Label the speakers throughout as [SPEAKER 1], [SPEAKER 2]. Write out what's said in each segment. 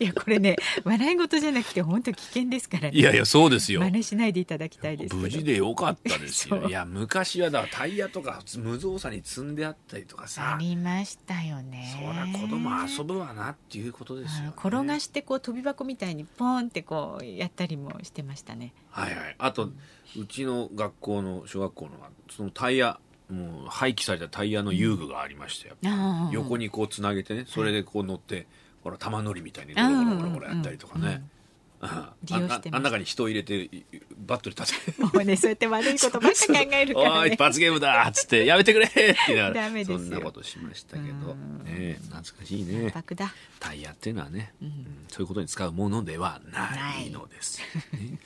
[SPEAKER 1] いやこれね笑い事じゃなくて本当危険ですからね
[SPEAKER 2] いやいや、そうですよ
[SPEAKER 1] 真。似しないでいただきたいですけど
[SPEAKER 2] 無事でよかったです
[SPEAKER 1] そ
[SPEAKER 2] よ。
[SPEAKER 1] う
[SPEAKER 2] いや、昔はだからタイヤとか無造作に積んであったりとか
[SPEAKER 1] あ
[SPEAKER 2] さ、
[SPEAKER 1] りましたよね
[SPEAKER 2] そりゃ子供遊ぶわなっていうことですよ、
[SPEAKER 1] あ
[SPEAKER 2] ね。
[SPEAKER 1] 転がしてこう飛び箱みたいにポーンってこうやったりもしてましたね
[SPEAKER 2] はいはい。あと、うちの学校の小学校の、そのタイヤ、もう廃棄されたタイヤの遊具がありましたよ。
[SPEAKER 1] ああ
[SPEAKER 2] 横
[SPEAKER 1] に
[SPEAKER 2] にこうつなげてね、それでこう乗って、ほら、玉乗りみたいにゴロゴロゴロゴロやったりとかね。うんあ
[SPEAKER 1] 利用してました
[SPEAKER 2] あん中に人を入れて、バットに立てて。
[SPEAKER 1] もうねそうやって悪いことばっか考えるから
[SPEAKER 2] おーい
[SPEAKER 1] ね
[SPEAKER 2] 一発ゲームだっつってやめてくれって言いながら
[SPEAKER 1] ダメですよ
[SPEAKER 2] そんなことしましたけど、
[SPEAKER 1] うん
[SPEAKER 2] ねえ、懐かしいね
[SPEAKER 1] 爆弾
[SPEAKER 2] タイヤっていうのはね、
[SPEAKER 1] うん
[SPEAKER 2] うんそういうことに使うものではないのです、ね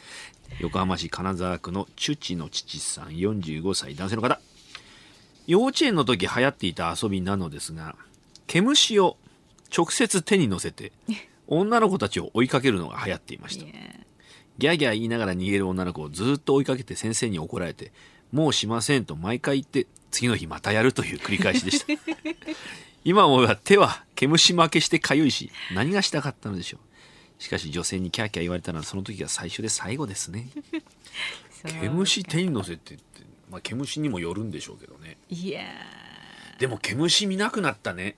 [SPEAKER 2] 横浜市金沢区のチュチの父さん45歳男性の方幼稚園の時流行っていた遊びなのですが毛虫を直接手に乗せ て女の子たちを追いかけるのが流行っていました
[SPEAKER 1] いや
[SPEAKER 2] ギャーギャー言いながら逃げる女の子をずっと追いかけて先生に怒られて、もうしませんと毎回言って、次の日またやるという繰り返しでした。今思えば手は毛虫負けして痒いし、何がしたかったのでしょう。しかし女性にキャーキャー言われたのはその時が最初で最後ですね。
[SPEAKER 1] そう
[SPEAKER 2] 毛虫手に乗せてって、まあ毛虫にもよるんでしょうけどね。
[SPEAKER 1] いや
[SPEAKER 2] でも毛虫見なくなったね。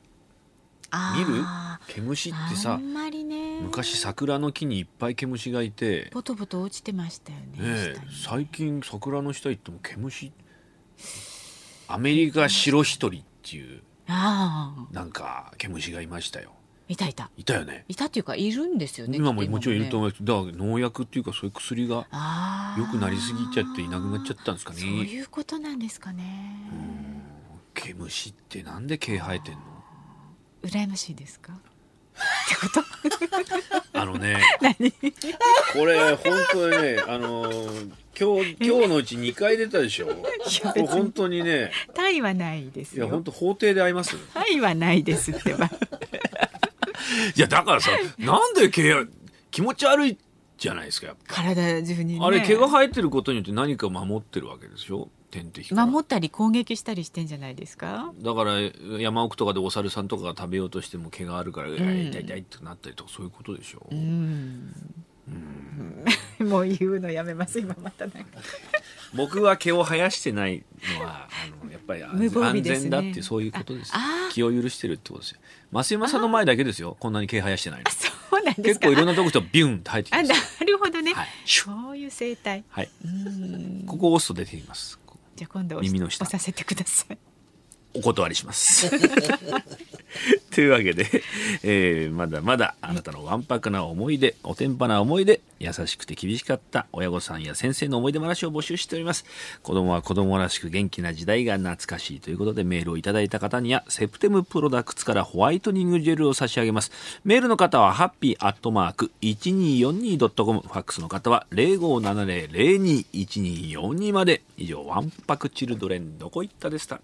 [SPEAKER 2] 見る
[SPEAKER 1] あ
[SPEAKER 2] 毛虫
[SPEAKER 1] ー
[SPEAKER 2] ってさ
[SPEAKER 1] あんまりね
[SPEAKER 2] 昔桜の木にいっぱい毛虫がいて、
[SPEAKER 1] ボトボト落ちてましたよね
[SPEAKER 2] ねえ
[SPEAKER 1] 下に
[SPEAKER 2] 最近桜の下行っても毛虫アメリカ白一人っていう
[SPEAKER 1] ああ
[SPEAKER 2] なんか毛虫がいましたよ
[SPEAKER 1] いたいた
[SPEAKER 2] いたよね
[SPEAKER 1] いたっていうかいるんですよね
[SPEAKER 2] 今も
[SPEAKER 1] きっと
[SPEAKER 2] もちろんいると
[SPEAKER 1] ね
[SPEAKER 2] 思うけどだから農薬っていうかそういう薬が
[SPEAKER 1] ああ
[SPEAKER 2] 良くなりすぎちゃっていなくなっちゃったんですか
[SPEAKER 1] そう
[SPEAKER 2] ね
[SPEAKER 1] いうことなんですかね
[SPEAKER 2] 毛虫ってなんで毛生えてんの
[SPEAKER 1] 羨ましいですかってこと
[SPEAKER 2] あのね
[SPEAKER 1] 何
[SPEAKER 2] これ本当にねあのー今日今日のうち2回出たでしょこれ本当にね
[SPEAKER 1] タイはないです
[SPEAKER 2] いや
[SPEAKER 1] よ
[SPEAKER 2] 本当法廷で会います
[SPEAKER 1] タイはないですって ば
[SPEAKER 2] いやだからさなんで毛や気持ち悪いじゃないですかやっ
[SPEAKER 1] 体中にね
[SPEAKER 2] ぱあれ毛が生えてることによって何か守ってるわけでしょ天敵から
[SPEAKER 1] 守ったり攻撃したりしてんじゃないですか
[SPEAKER 2] だから山奥とかでお猿さんとかが食べようとしても毛があるから、いや痛い痛いってなったりとかそういうことでしょ、
[SPEAKER 1] うんもう言うのやめます今またなんか
[SPEAKER 2] 僕は毛を生やしてないのはあのやっぱり安
[SPEAKER 1] 無防備
[SPEAKER 2] 安
[SPEAKER 1] ですね
[SPEAKER 2] 全だってそういうことです
[SPEAKER 1] ああー
[SPEAKER 2] 気を許してるってことですよ増山さんの前だけですよこんなに毛生やしてないの
[SPEAKER 1] そうなんです
[SPEAKER 2] 結
[SPEAKER 1] か
[SPEAKER 2] 構いろんなとこ人ビュンって生えてき
[SPEAKER 1] あ
[SPEAKER 2] ま
[SPEAKER 1] な
[SPEAKER 2] す
[SPEAKER 1] るほどね、
[SPEAKER 2] はいシュッ
[SPEAKER 1] そういう生態
[SPEAKER 2] はい
[SPEAKER 1] うん
[SPEAKER 2] ここを押すと出てきますこ
[SPEAKER 1] じゃあ今度押し
[SPEAKER 2] 耳の下
[SPEAKER 1] 押させてください
[SPEAKER 2] お断りします。 というわけで、えーまだまだあなたのわんぱくな思い出、おてんぱな思い出、優しくて厳しかった親御さんや先生の思い出話を募集しております。子供は子供らしく元気な時代が懐かしいということでメールをいただいた方には、セプテムプロダクツからホワイトニングジェルを差し上げます。メールの方は、ハッピーアットマーク 1242.com、ファックスの方は0570-021242まで。以上、わんぱくチルドレンどこ行ったでした。